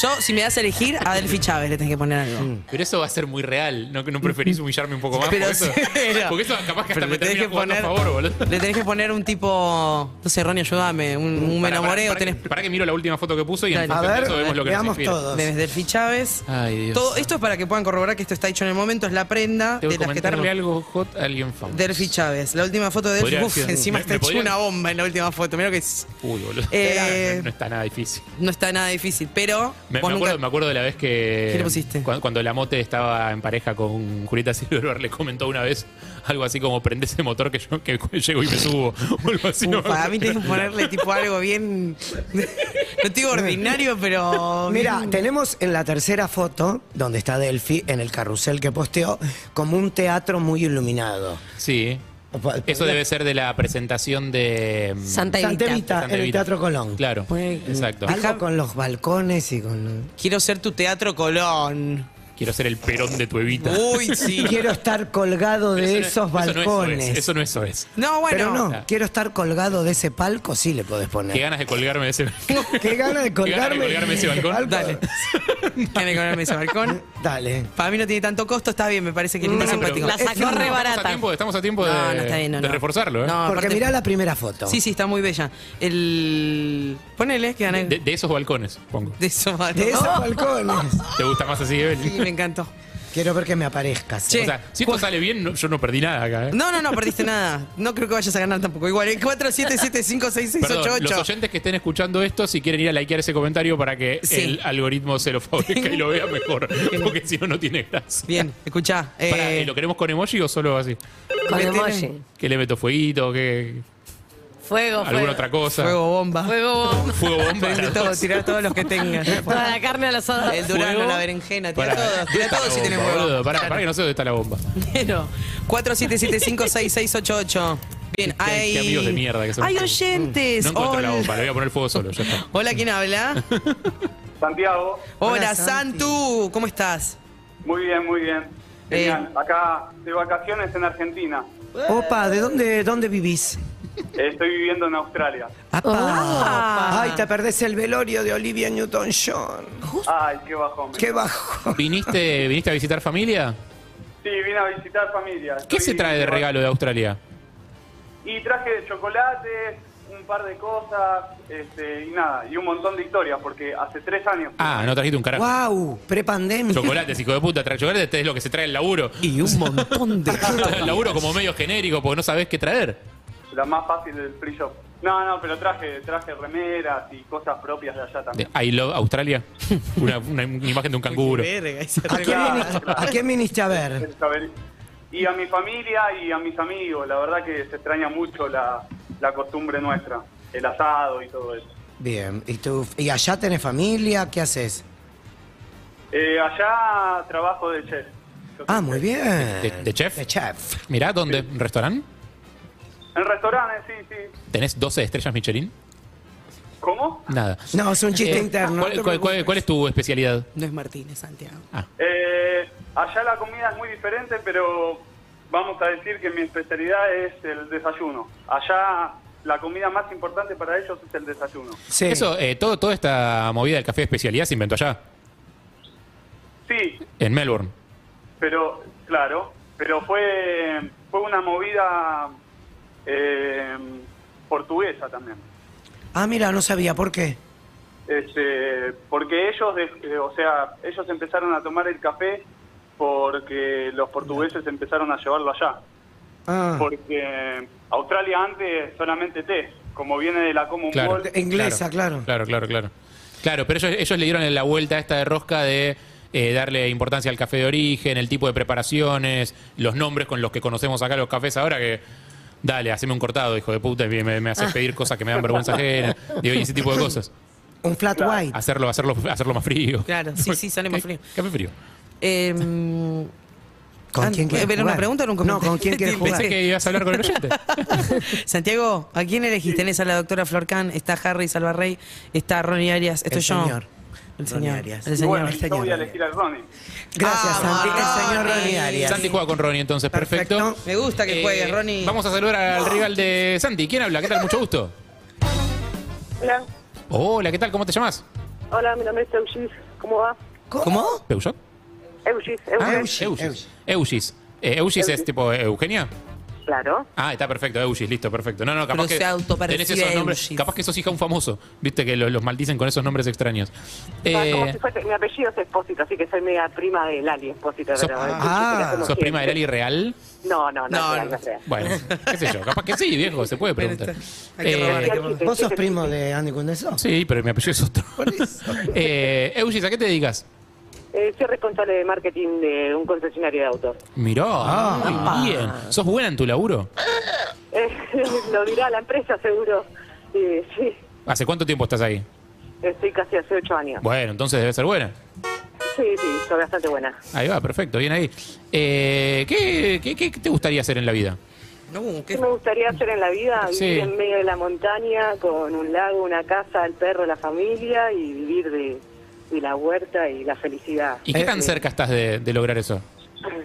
Speaker 5: Yo, si me das a elegir, a Delphi Chávez le tenés que poner algo.
Speaker 3: Pero eso va a ser muy real. ¿No, no preferís humillarme un poco más?
Speaker 5: Pero
Speaker 3: porque, eso,
Speaker 5: sí, era.
Speaker 3: porque eso capaz que
Speaker 5: Pero
Speaker 3: hasta me
Speaker 5: le tenés
Speaker 3: termina
Speaker 5: que
Speaker 3: jugando
Speaker 5: poner.
Speaker 3: a favor, boludo. Mm,
Speaker 5: Le tenés que poner un tipo. No sé, Ronnie, ayúdame. Un, un me
Speaker 3: Pará, pará,
Speaker 5: enamoré o
Speaker 3: pará que-
Speaker 5: tenés.
Speaker 3: Pará que miro la última foto que puso y
Speaker 5: Dale.
Speaker 3: en
Speaker 4: A
Speaker 3: función de
Speaker 4: ver,
Speaker 3: eso vemos lo que nos
Speaker 4: veamos
Speaker 3: inspira.
Speaker 4: todos.
Speaker 5: Desde Delphi Chávez.
Speaker 3: Ay, Dios.
Speaker 5: Todo esto es para que puedan corroborar que esto está hecho en el momento, es la prenda
Speaker 3: Tengo
Speaker 5: de
Speaker 3: que
Speaker 5: las que
Speaker 3: comentarle
Speaker 5: tenemos.
Speaker 3: algo hot a alguien famoso.
Speaker 5: Delphi Chávez, la última foto de
Speaker 3: Podría
Speaker 5: Delphi.
Speaker 3: haber
Speaker 5: Uf,
Speaker 3: sido-
Speaker 5: encima
Speaker 3: ¿Me-
Speaker 5: está
Speaker 3: me
Speaker 5: hecho
Speaker 3: podrían-
Speaker 5: una bomba en la última foto. Mira que es-
Speaker 3: Uy, boludo.
Speaker 5: Eh,
Speaker 3: No está nada difícil.
Speaker 5: no está nada difícil, pero.
Speaker 3: Me,
Speaker 5: vos
Speaker 3: me
Speaker 5: nunca-
Speaker 3: acuerdo, me acuerdo de la vez que.
Speaker 5: ¿Qué le pusiste?
Speaker 3: cuan- Cuando, la mote estaba en pareja con Julieta Silverberg, le comentó una vez algo así como: prende ese motor que yo que llego y me subo. O algo así. ¿no?
Speaker 5: Ufa, a mí tenés que ponerle tipo algo bien. No te digo ordinario, pero.
Speaker 4: Mira,
Speaker 5: bien-
Speaker 4: tenemos en la tercera foto, donde está Delphi, en el carrusel que posteó, como un teatro muy iluminado.
Speaker 3: Sí.
Speaker 4: eh,
Speaker 3: Eso debe ser de la presentación de. mm,
Speaker 6: Santa
Speaker 4: Santa
Speaker 6: Evita.
Speaker 4: Evita, en
Speaker 3: Santa
Speaker 4: el
Speaker 3: Evita.
Speaker 4: Teatro Colón.
Speaker 3: Claro.
Speaker 5: Pues,
Speaker 3: Exacto.
Speaker 4: Algo con los balcones y con...
Speaker 5: Quiero ser tu teatro Colón.
Speaker 3: Quiero ser el perón de tu evita.
Speaker 5: Uy, sí.
Speaker 4: Quiero estar colgado
Speaker 3: Pero
Speaker 4: Uh, de
Speaker 3: eso no- eso
Speaker 4: esos
Speaker 3: no es Soez,
Speaker 4: balcones.
Speaker 3: Eso no es Soez.
Speaker 5: No, bueno.
Speaker 4: Pero no, quiero estar colgado de ese palco, sí le podés
Speaker 3: Qué
Speaker 4: poner.
Speaker 3: ganas de colgarme de ese.
Speaker 4: Qué gana de
Speaker 3: Qué gana de
Speaker 4: colgarme.
Speaker 3: colgarme ese balcón.
Speaker 4: Dale.
Speaker 5: Tiene que ponerme ese balcón.
Speaker 4: Dale.
Speaker 5: Para mí no tiene tanto costo, está bien, me parece que es
Speaker 3: Pará,
Speaker 5: muy
Speaker 3: pero-
Speaker 5: simpático.
Speaker 6: La sacó
Speaker 3: Estamos
Speaker 6: re
Speaker 3: a
Speaker 6: barata.
Speaker 3: tiempo- Estamos a tiempo de,
Speaker 5: No, no, está bien, no,
Speaker 3: de
Speaker 5: no.
Speaker 3: reforzarlo, ¿eh?
Speaker 5: No,
Speaker 4: Porque
Speaker 5: aparte-
Speaker 4: mirá la primera foto.
Speaker 5: Sí, sí, está muy bella. El. Ponele, que gané.
Speaker 3: De, de esos balcones, pongo.
Speaker 5: De eso,
Speaker 4: De esos
Speaker 5: Oh,
Speaker 4: balcones.
Speaker 3: ¿Te gusta más así, Evelyn?
Speaker 5: sí, me encantó.
Speaker 4: Quiero ver que me aparezcas.
Speaker 5: Che.
Speaker 3: O sea, si esto sale bien, no- yo no perdí nada acá, ¿eh?
Speaker 5: No, no, no perdiste nada. No creo que vayas a ganar tampoco. Igual, ¿eh?
Speaker 3: Perdón, los
Speaker 5: 47756688.
Speaker 3: oyentes que estén escuchando esto, si quieren ir a likear ese comentario para que
Speaker 5: Sí.
Speaker 3: el algoritmo se lo favorezca y lo vea mejor, porque si no, no tiene gracia.
Speaker 5: Bien, escuchá. eh,
Speaker 3: Pará, ¿y ¿Lo queremos con emoji o solo así?
Speaker 6: Con
Speaker 5: ¿Qué
Speaker 6: emoji.
Speaker 5: tiene?
Speaker 3: ¿Que le meto fueguito? que
Speaker 6: Fuego,
Speaker 3: ¿Alguna
Speaker 6: fuego.
Speaker 3: otra cosa?
Speaker 5: Fuego bomba.
Speaker 6: Fuego, bomba.
Speaker 3: Fuego bomba.
Speaker 5: Prende
Speaker 3: las
Speaker 5: todo,
Speaker 3: dos.
Speaker 5: tirá todos los que tengas.
Speaker 6: Toda la carne al asado.
Speaker 5: El durano,
Speaker 3: Fuego.
Speaker 5: la berenjena,
Speaker 3: Pará,
Speaker 5: tira todo.
Speaker 3: ¿dónde
Speaker 5: Tira
Speaker 3: está
Speaker 5: todo
Speaker 3: la
Speaker 5: si tenés
Speaker 3: bomba, boludo?
Speaker 5: huevo.
Speaker 3: Pará, pará que no sé dónde está la bomba.
Speaker 5: Pero 47756688. Bien,
Speaker 3: Qué- qué
Speaker 5: hay.
Speaker 3: amigos de mierda que son
Speaker 5: Hay
Speaker 3: ustedes.
Speaker 5: oyentes.
Speaker 3: No encuentro la
Speaker 5: Hola.
Speaker 3: bomba, ¿eh? le voy a poner fuego solo, ya está.
Speaker 5: Hola, ¿quién habla?
Speaker 9: Santiago,
Speaker 5: Hola,
Speaker 4: Hola, Santi.
Speaker 5: Santu. ¿Cómo estás?
Speaker 9: muy bien, muy bien.
Speaker 5: Eh.
Speaker 9: Genial. Acá de vacaciones en Argentina.
Speaker 4: Opa, ¿de dónde, dónde vivís?
Speaker 7: Eh, Estoy viviendo en Australia.
Speaker 5: Ah.
Speaker 4: Ay, te perdés el velorio de Olivia Newton-John.
Speaker 7: Ay, qué bajón. me-
Speaker 4: Qué bajo.
Speaker 3: ¿Viniste, ¿Viniste a visitar familia?
Speaker 7: Sí, vine a visitar familia.
Speaker 3: ¿Qué
Speaker 7: Estoy-
Speaker 3: se trae de regalo de Australia?
Speaker 7: Y traje chocolates, un par de cosas, este, y nada, y un montón de historias, porque hace tres años.
Speaker 3: Ah, no trajiste un carajo.
Speaker 4: Wow, prepandemia.
Speaker 3: Chocolates, hijo de puta, trae chocolates, este es lo que se trae el laburo.
Speaker 4: Y un montón de
Speaker 3: El laburo como medio genérico, porque no sabés qué traer.
Speaker 7: La más fácil del free shop. No, no, pero traje, traje remeras y cosas propias de allá
Speaker 3: De
Speaker 7: también.
Speaker 3: I Love Australia. Una, una imagen de un canguro.
Speaker 5: Verga, ahí se
Speaker 4: ¿A
Speaker 5: arregla.
Speaker 4: quién, viniste, a quién viniste a ver?
Speaker 7: Isabel. Y a mi familia y a mis amigos, la verdad que se extraña mucho la, la costumbre nuestra, el asado y todo eso.
Speaker 4: Bien, ¿y tú? ¿Y allá tenés familia? ¿Qué haces?
Speaker 7: Eh, allá trabajo de chef. Yo
Speaker 4: Ah,
Speaker 7: soy
Speaker 4: muy
Speaker 7: chef.
Speaker 4: bien.
Speaker 3: ¿De- de chef?
Speaker 4: De chef.
Speaker 3: Mirá, ¿dónde? ¿Un restaurante?
Speaker 7: En restaurantes, sí, sí.
Speaker 3: ¿Tenés 12 estrellas Michelin?
Speaker 7: ¿Cómo?
Speaker 3: Nada.
Speaker 4: No, es un chiste
Speaker 3: Eh,
Speaker 4: interno.
Speaker 3: ¿cuál- cuál- cuál- cuál es tu especialidad?
Speaker 5: No es Martínez, Santiago.
Speaker 7: Eh, allá la comida es muy diferente, pero vamos a decir que mi especialidad es el desayuno. Allá la comida más importante para ellos es el desayuno.
Speaker 4: Sí.
Speaker 3: Eso, eh, todo, toda esta movida del café de especialidad se inventó allá,
Speaker 7: Sí,
Speaker 3: en Melbourne.
Speaker 7: pero claro, pero fue, fue una movida eh, portuguesa también.
Speaker 4: Ah, mira, no sabía por qué.
Speaker 7: Este, porque ellos, de- eh, o sea, ellos empezaron a tomar el café porque los portugueses empezaron a llevarlo allá.
Speaker 4: Ah,
Speaker 7: Porque Australia antes solamente té, como viene de la Commonwealth.
Speaker 4: De- inglesa, claro. Eh,
Speaker 3: Claro, claro, claro. Claro, pero ellos, ellos le dieron la vuelta a esta de rosca de eh, darle importancia al café de origen, el tipo de preparaciones, los nombres con los que conocemos acá los cafés ahora que... Dale, haceme un cortado, hijo de puta, y me, me haces pedir cosas que me dan vergüenza ajena. Digo, y ese tipo de cosas.
Speaker 4: Un flat white.
Speaker 3: Hacerlo, hacerlo, hacerlo más frío.
Speaker 5: Claro, sí, sí, sale más frío.
Speaker 3: Café frío.
Speaker 5: Eh,
Speaker 4: ¿Con
Speaker 5: Ah,
Speaker 4: quién quieres
Speaker 5: ¿era una
Speaker 4: jugar?
Speaker 5: pregunta o era un
Speaker 4: No,
Speaker 5: comentario?
Speaker 4: ¿con quién quieres
Speaker 5: Pensé
Speaker 4: jugar?
Speaker 3: Pensé que ibas a hablar con el oyente.
Speaker 5: Santiago, ¿a quién elegís? Tenés a la doctora Florcan, está Harry Salvarrey, está Ronnie Arias, estoy
Speaker 4: El
Speaker 5: yo.
Speaker 4: señor.
Speaker 5: El
Speaker 4: Ronnie
Speaker 5: señor.
Speaker 4: Arias.
Speaker 5: El
Speaker 7: Y
Speaker 5: señor.
Speaker 7: bueno,
Speaker 4: el
Speaker 7: yo voy a
Speaker 4: señor.
Speaker 7: elegir al Ronnie.
Speaker 4: Gracias,
Speaker 5: Vamos,
Speaker 4: Santi. El señor
Speaker 5: Ronnie.
Speaker 4: Ronnie Arias.
Speaker 3: Santi juega con Ronnie, entonces, perfecto.
Speaker 4: Perfecto.
Speaker 5: Me gusta que
Speaker 3: Eh,
Speaker 5: juegues, Ronnie.
Speaker 3: Vamos a saludar al rival de Santi. ¿Quién habla? ¿Qué tal? Mucho gusto.
Speaker 8: Hola,
Speaker 3: Hola, ¿qué tal? ¿Cómo te llamas?
Speaker 8: hola, mi nombre es Eugis. ¿Cómo va?
Speaker 4: ¿Cómo?
Speaker 3: ¿Peugeot?
Speaker 8: Eugis,
Speaker 3: Ah,
Speaker 8: Eugis.
Speaker 4: Eugis.
Speaker 3: Eugis. Eugis. Eh, Eugis es tipo eh, Eugenia.
Speaker 8: Claro.
Speaker 3: Ah, está perfecto, Eugis, listo, perfecto. No, no, capaz
Speaker 5: Pero se
Speaker 3: que
Speaker 5: autopercibe
Speaker 3: tenés esos nombres.
Speaker 5: Eugis.
Speaker 3: Capaz que sos hija de un famoso. Viste que lo- los maldicen con esos nombres extraños.
Speaker 8: Ah, como
Speaker 3: Eh,
Speaker 8: si fuese- mi apellido es Espósito, así que soy media prima de Lali Espósito.
Speaker 3: Sos-
Speaker 8: pero eh,
Speaker 4: ah,
Speaker 8: como
Speaker 3: ¿Sos
Speaker 8: siempre.
Speaker 3: prima de Lali Real?
Speaker 8: No, no, no,
Speaker 5: No,
Speaker 8: no,
Speaker 5: no.
Speaker 8: no es real.
Speaker 3: Bueno, qué sé yo, capaz que sí, viejo, se puede preguntar.
Speaker 5: Hay que robar, hay que
Speaker 3: Eh,
Speaker 5: robar.
Speaker 4: ¿Vos sos primo de Andy Cundeso?
Speaker 3: sí, pero mi apellido es otro. Eh, Eugis, ¿a qué te dedicas?
Speaker 8: Eh, soy responsable de marketing de un concesionario de autos.
Speaker 3: Mirá,
Speaker 8: Ah.
Speaker 3: muy bien. ¿Sos buena en tu laburo?
Speaker 8: Eh, lo dirá la empresa, seguro. Eh, sí,
Speaker 3: ¿Hace cuánto tiempo estás ahí?
Speaker 8: estoy casi hace ocho años.
Speaker 3: Bueno, entonces debe ser buena.
Speaker 8: Sí, sí, soy bastante buena.
Speaker 3: Ahí va, perfecto, bien ahí. Eh, ¿qué, qué, qué te gustaría hacer en la vida?
Speaker 5: No,
Speaker 8: ¿Qué
Speaker 5: ¿qué?
Speaker 8: me gustaría hacer en la vida?
Speaker 3: Sí.
Speaker 8: Vivir en medio de la montaña, con un lago, una casa, el perro, la familia y vivir de, de la huerta y la felicidad.
Speaker 3: ¿Y qué tan
Speaker 8: Eh,
Speaker 3: cerca estás de, de lograr eso?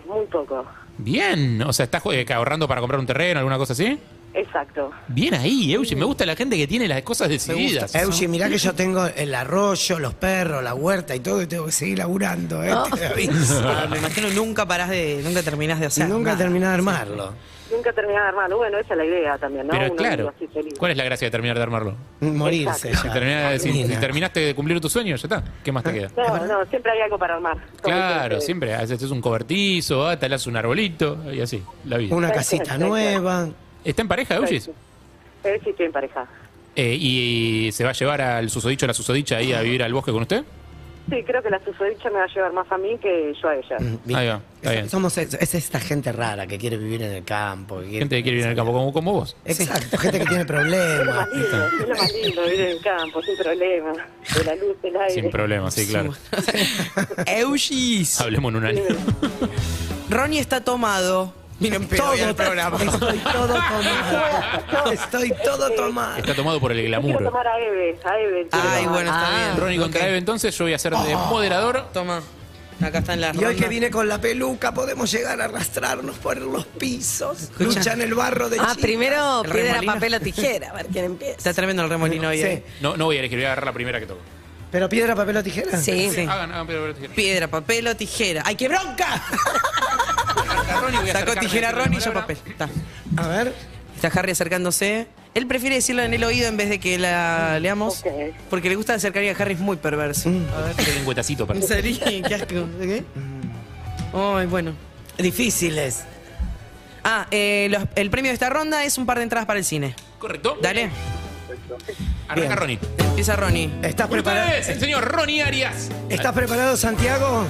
Speaker 8: Muy poco,
Speaker 3: Bien, o sea, ¿estás eh, ahorrando para comprar un terreno, alguna cosa así?
Speaker 8: exacto.
Speaker 3: Bien ahí, Euge, me gusta la gente que tiene las cosas decididas.
Speaker 4: Eugi, mirá que yo tengo el arroyo, los perros, la huerta y todo, y tengo que seguir laburando, ¿eh? Te aviso.
Speaker 5: Ah, me imagino nunca parás de, nunca terminás de hacer.
Speaker 4: Nunca
Speaker 5: nada.
Speaker 4: terminé de armarlo.
Speaker 8: Nunca terminar de armarlo. Bueno, esa es la idea también, ¿no?
Speaker 3: Pero
Speaker 8: Uno
Speaker 3: claro,
Speaker 8: vive así feliz.
Speaker 3: ¿cuál es la gracia de terminar de armarlo?
Speaker 4: Morirse
Speaker 8: Exacto.
Speaker 4: ya.
Speaker 3: Terminar- si,
Speaker 4: Mira.
Speaker 3: si terminaste de cumplir tu sueño, ya está. ¿Qué más te queda?
Speaker 8: No, no, siempre hay algo para armar. Como
Speaker 3: Claro,
Speaker 8: dice,
Speaker 3: siempre haces un cobertizo, ah, talás un arbolito y así, la vida.
Speaker 4: Una casita nueva.
Speaker 3: ¿Está en pareja, Eugis?
Speaker 8: eh, sí, estoy en pareja.
Speaker 3: Eh, ¿Y se va a llevar al susodicho, la susodicha ahí a vivir al bosque con usted?
Speaker 8: Sí, creo que la susodicha me va a llevar más a mí que yo a ella.
Speaker 4: Bien.
Speaker 3: Mm, Ahí va, está
Speaker 4: Es-
Speaker 3: bien.
Speaker 4: Somos es, es esta gente rara que quiere vivir en el campo. que
Speaker 3: Gente que quiere vivir en el campo como, como vos.
Speaker 4: Exacto, gente que tiene
Speaker 8: Es lo
Speaker 4: problemas.
Speaker 8: más lindo, es lo más lindo, vivir en el campo, sin problema. De la luz, del aire.
Speaker 3: Sin problema, sí, claro.
Speaker 5: Eugis.
Speaker 3: Hablemos en un año.
Speaker 5: Ronnie está tomado. Vino en pedo hoy al programa.
Speaker 4: Estoy todo tomado. Estoy todo tomado.
Speaker 3: Está tomado por el
Speaker 8: Yo quiero
Speaker 3: glamour.
Speaker 8: tomar a Eve, a Eve. quiero
Speaker 5: Ay,
Speaker 8: tomar.
Speaker 3: Ah.
Speaker 5: bueno, está bien.
Speaker 3: Oh. Ronnie contra Eve, entonces yo voy a ser de moderador
Speaker 5: Toma. Acá están las
Speaker 4: Y hoy que
Speaker 5: rondas.
Speaker 4: vine con la peluca podemos llegar a arrastrarnos por los pisos,
Speaker 5: Escucha.
Speaker 4: luchar en el barro de
Speaker 6: Ah,
Speaker 4: chicas.
Speaker 6: primero
Speaker 5: El
Speaker 6: piedra,
Speaker 5: remolino.
Speaker 6: papel o tijera, a ver quién empieza.
Speaker 5: Está tremendo el remolino hoy.
Speaker 4: Sí.
Speaker 5: eh.
Speaker 3: No, no voy a elegir, voy a agarrar la primera que toco.
Speaker 4: ¿Pero piedra, papel o tijera?
Speaker 6: Sí.
Speaker 5: Sí.
Speaker 3: Hagan, hagan, pero, pero tijera.
Speaker 5: Piedra, papel o tijera. ¡Ay, qué bronca!
Speaker 3: A Ronnie voy a
Speaker 5: Sacó
Speaker 3: acercarme
Speaker 5: tijera
Speaker 3: a decirle
Speaker 5: Ron y
Speaker 3: la
Speaker 5: yo
Speaker 3: palabra.
Speaker 5: papel. Está.
Speaker 4: A ver.
Speaker 5: Está Harry acercándose. Él prefiere decirlo en el oído en vez de que la leamos.
Speaker 8: Ok.
Speaker 5: Porque le gusta acercar y a Harry es muy perverso.
Speaker 3: A ver, qué lengüetacito, perdón.
Speaker 5: Salí, qué asco. ¿Qué? Ay, bueno.
Speaker 4: Difíciles.
Speaker 5: Ah, eh, los- el premio de esta ronda es un par de entradas para el cine.
Speaker 3: ¿Correcto?
Speaker 5: Dale.
Speaker 3: Arranca Ronnie.
Speaker 5: Empieza Ronnie.
Speaker 4: ¿Estás
Speaker 3: Con
Speaker 4: preparado?
Speaker 3: ustedes, el señor Ronnie Arias.
Speaker 4: ¿Estás preparado, Santiago?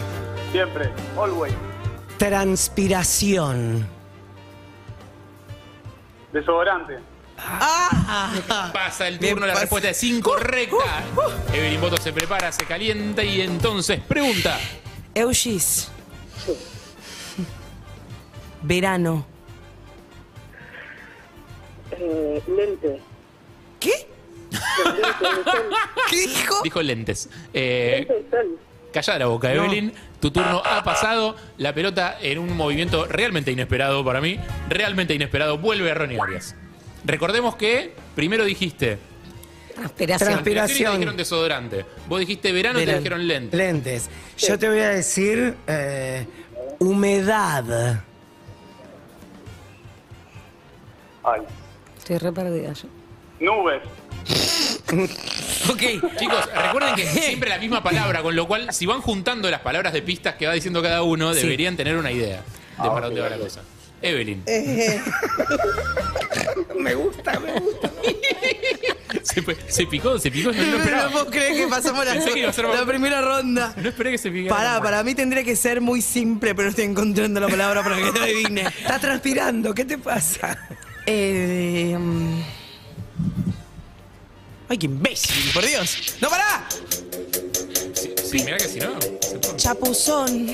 Speaker 9: Siempre, always.
Speaker 4: Transpiración.
Speaker 9: Desodorante.
Speaker 3: Pasa el
Speaker 5: Bien,
Speaker 3: turno, la
Speaker 5: pasa. Uh,
Speaker 3: respuesta es incorrecta. Evelyn Boto se prepara, se calienta y entonces pregunta.
Speaker 5: Eugis. Verano.
Speaker 8: Eh, lente.
Speaker 5: ¿Qué? ¿Qué dijo?
Speaker 3: Dijo lentes. Eh,
Speaker 8: Lente de sol.
Speaker 3: Calla la boca, Evelyn. Tu turno ha pasado. La pelota en un movimiento realmente inesperado para mí. Realmente inesperado. Vuelve a Ronnie Arias. Recordemos que primero dijiste.
Speaker 6: Transpiración.
Speaker 4: Transpiración.
Speaker 3: y te dijeron desodorante. Vos dijiste verano y te
Speaker 5: Verano.
Speaker 3: dijeron lente.
Speaker 4: Lentes. Yo te voy a decir eh, humedad.
Speaker 9: Ay.
Speaker 6: Estoy re perdida yo.
Speaker 9: Nubes.
Speaker 5: Ok.
Speaker 3: Chicos, recuerden que es siempre la misma palabra, con lo cual, si van juntando las palabras de pistas que va diciendo cada uno, deberían tener una idea de para dónde va la cosa. Evelyn,
Speaker 5: Eh.
Speaker 4: Me gusta, me gusta.
Speaker 3: se, fue- se picó, se picó, no lo
Speaker 5: No
Speaker 3: esperaba.
Speaker 5: puedo creer que pasamos la,
Speaker 3: Pensé que iba a ser
Speaker 5: la
Speaker 3: más-
Speaker 5: primera ronda.
Speaker 3: No esperé que se picara.
Speaker 5: Pará, para mí tendría que ser muy simple, pero estoy encontrando la palabra para que te adivine.
Speaker 4: Está transpirando, ¿qué te pasa?
Speaker 5: Eh, mm. Ay, qué imbécil, por Dios. ¡No, pará!
Speaker 3: Sí, mirá que si no. se pone-
Speaker 5: Chapuzón.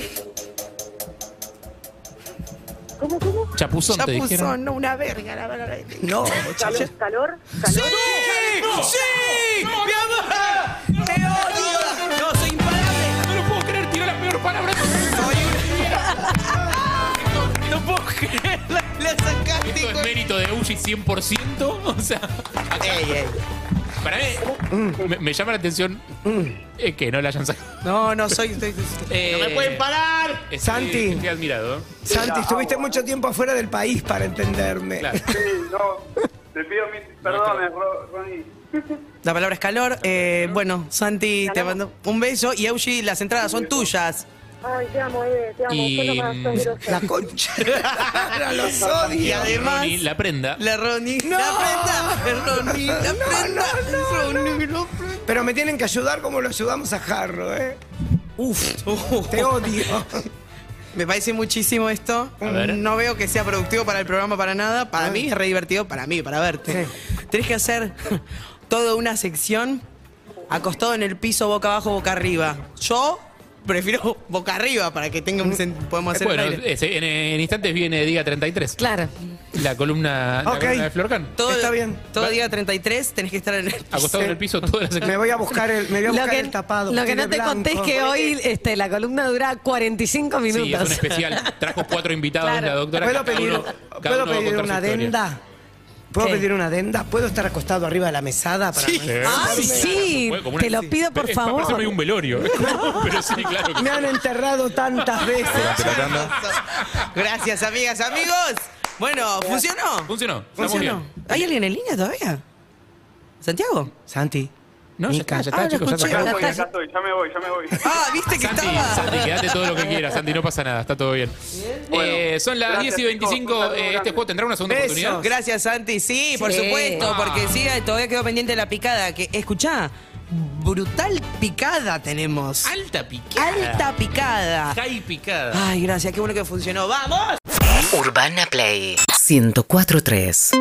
Speaker 8: ¿Cómo, cómo?
Speaker 3: Chapuzón, te dijeron.
Speaker 5: Chapuzón, no, una verga, la verdad.
Speaker 4: No,
Speaker 8: ¿Calor? ¿Calor?
Speaker 5: ¡Sí!
Speaker 8: ¿Calor?
Speaker 5: ¡Sí! ¡Mi amor! ¡Te odio! ¡No, soy imparable!
Speaker 3: No lo puedo creer, tiró la peor palabra.
Speaker 5: ¡No puedo creer! ¡La, la sacaste
Speaker 3: Esto es
Speaker 5: con...
Speaker 3: mérito de Uji 100%. O sea,
Speaker 5: Ey, ey. Mm.
Speaker 3: para mí me, me llama la atención eh, que no la hayan sacado.
Speaker 5: No, no, soy... soy- soy-
Speaker 3: ¡No me pueden parar!
Speaker 4: Santi.
Speaker 3: Eh, Estoy admirado.
Speaker 4: Santi, estuviste mucho tiempo afuera del país para entenderme.
Speaker 3: Claro.
Speaker 9: Sí, no. Te pido mi... Perdón, Ronnie.
Speaker 5: La palabra es calor. Eh, bueno, Santi, te mando un beso. Y Eushi, las entradas son tuyas.
Speaker 8: Ay, te amo, Eve, te amo.
Speaker 3: Y-
Speaker 8: Solo más, sos grosa.
Speaker 4: La concha. Ahora los
Speaker 5: Y
Speaker 4: odio.
Speaker 5: además,
Speaker 3: Ronnie, la prenda.
Speaker 5: la Ronnie.
Speaker 4: No.
Speaker 5: La prenda. Ronnie, la
Speaker 4: No,
Speaker 5: prenda.
Speaker 4: no, no,
Speaker 5: Ronnie, la
Speaker 4: Pero me tienen que ayudar como lo ayudamos a Jarro, ¿eh? Uf, te
Speaker 5: prenda.
Speaker 4: odio.
Speaker 5: Me parece muchísimo esto.
Speaker 3: A ver. Ah.
Speaker 5: No veo que sea productivo para el programa para nada. Para mí es re divertido, para mí, para verte. Tenés que hacer toda una sección acostado en el piso, boca abajo, boca arriba. Yo prefiero boca arriba para que tenga un sen- podemos hacer
Speaker 3: Bueno,
Speaker 5: un aire.
Speaker 3: ese- en, en instantes viene Diga 33.
Speaker 6: Claro.
Speaker 3: La columna, la
Speaker 4: Ok.
Speaker 3: columna de Florcan.
Speaker 5: Todo,
Speaker 4: Está bien.
Speaker 5: Todo día 33 tenés que estar en el piso.
Speaker 3: Acostado en el piso, todas las
Speaker 4: Me voy a buscar el, me voy a
Speaker 6: Lo
Speaker 4: buscar
Speaker 6: que,
Speaker 4: el tapado.
Speaker 6: lo que
Speaker 4: tiene
Speaker 6: no te
Speaker 4: blanco.
Speaker 6: conté es que hoy este, la columna dura 45 minutos.
Speaker 3: Sí, es un especial. Trajo cuatro invitados
Speaker 6: Claro.
Speaker 3: la doctora.
Speaker 4: ¿Puedo
Speaker 3: Cada
Speaker 4: pedir,
Speaker 3: uno- cada
Speaker 4: ¿puedo
Speaker 3: uno va a
Speaker 4: pedir
Speaker 3: contar
Speaker 4: una
Speaker 3: su historia.
Speaker 4: adenda? ¿Puedo
Speaker 6: ¿Qué?
Speaker 4: pedir una adenda? ¿Puedo estar acostado arriba de la mesada? Para
Speaker 5: Sí.
Speaker 4: no-
Speaker 6: Ay, sí,
Speaker 3: Bueno, como una-
Speaker 6: te lo pido por
Speaker 3: Es para
Speaker 6: favor.
Speaker 3: parecerme un velorio. Pero sí, claro. que
Speaker 4: Me
Speaker 3: sí.
Speaker 4: han enterrado tantas
Speaker 1: Durante
Speaker 4: veces.
Speaker 1: la tanda.
Speaker 5: Gracias, amigas, amigos. Bueno, ¿funcionó?
Speaker 3: Funcionó. Está muy
Speaker 5: Funcionó.
Speaker 3: bien.
Speaker 5: ¿Hay alguien en línea todavía? ¿Santiago?
Speaker 4: Santi.
Speaker 3: No, ya está, ya está,
Speaker 5: Ah, lo
Speaker 3: chicos. Ya
Speaker 5: escuché.
Speaker 3: está.
Speaker 9: Acá estoy, acá estoy. Ya me voy, ya me voy.
Speaker 5: Ah, viste que
Speaker 3: Santi,
Speaker 5: estaba.
Speaker 3: Santi, quédate todo lo que quieras, Santi, no pasa nada, está todo bien. Eh, son las
Speaker 9: Gracias,
Speaker 3: 10 y
Speaker 9: chicos. Un
Speaker 3: 25,
Speaker 9: saludo
Speaker 3: eh, este
Speaker 9: grande.
Speaker 3: juego tendrá una segunda
Speaker 4: Besos.
Speaker 3: oportunidad.
Speaker 5: Gracias, Santi. Sí, Ah. por
Speaker 6: Sí.
Speaker 5: supuesto, porque sí, todavía quedó pendiente la picada. Que, escuchá, brutal picada tenemos.
Speaker 3: Alta picada.
Speaker 5: Alta picada.
Speaker 3: High picada.
Speaker 5: Ay, gracias, qué bueno que funcionó. ¡Vamos!
Speaker 10: Urbana Play 1043.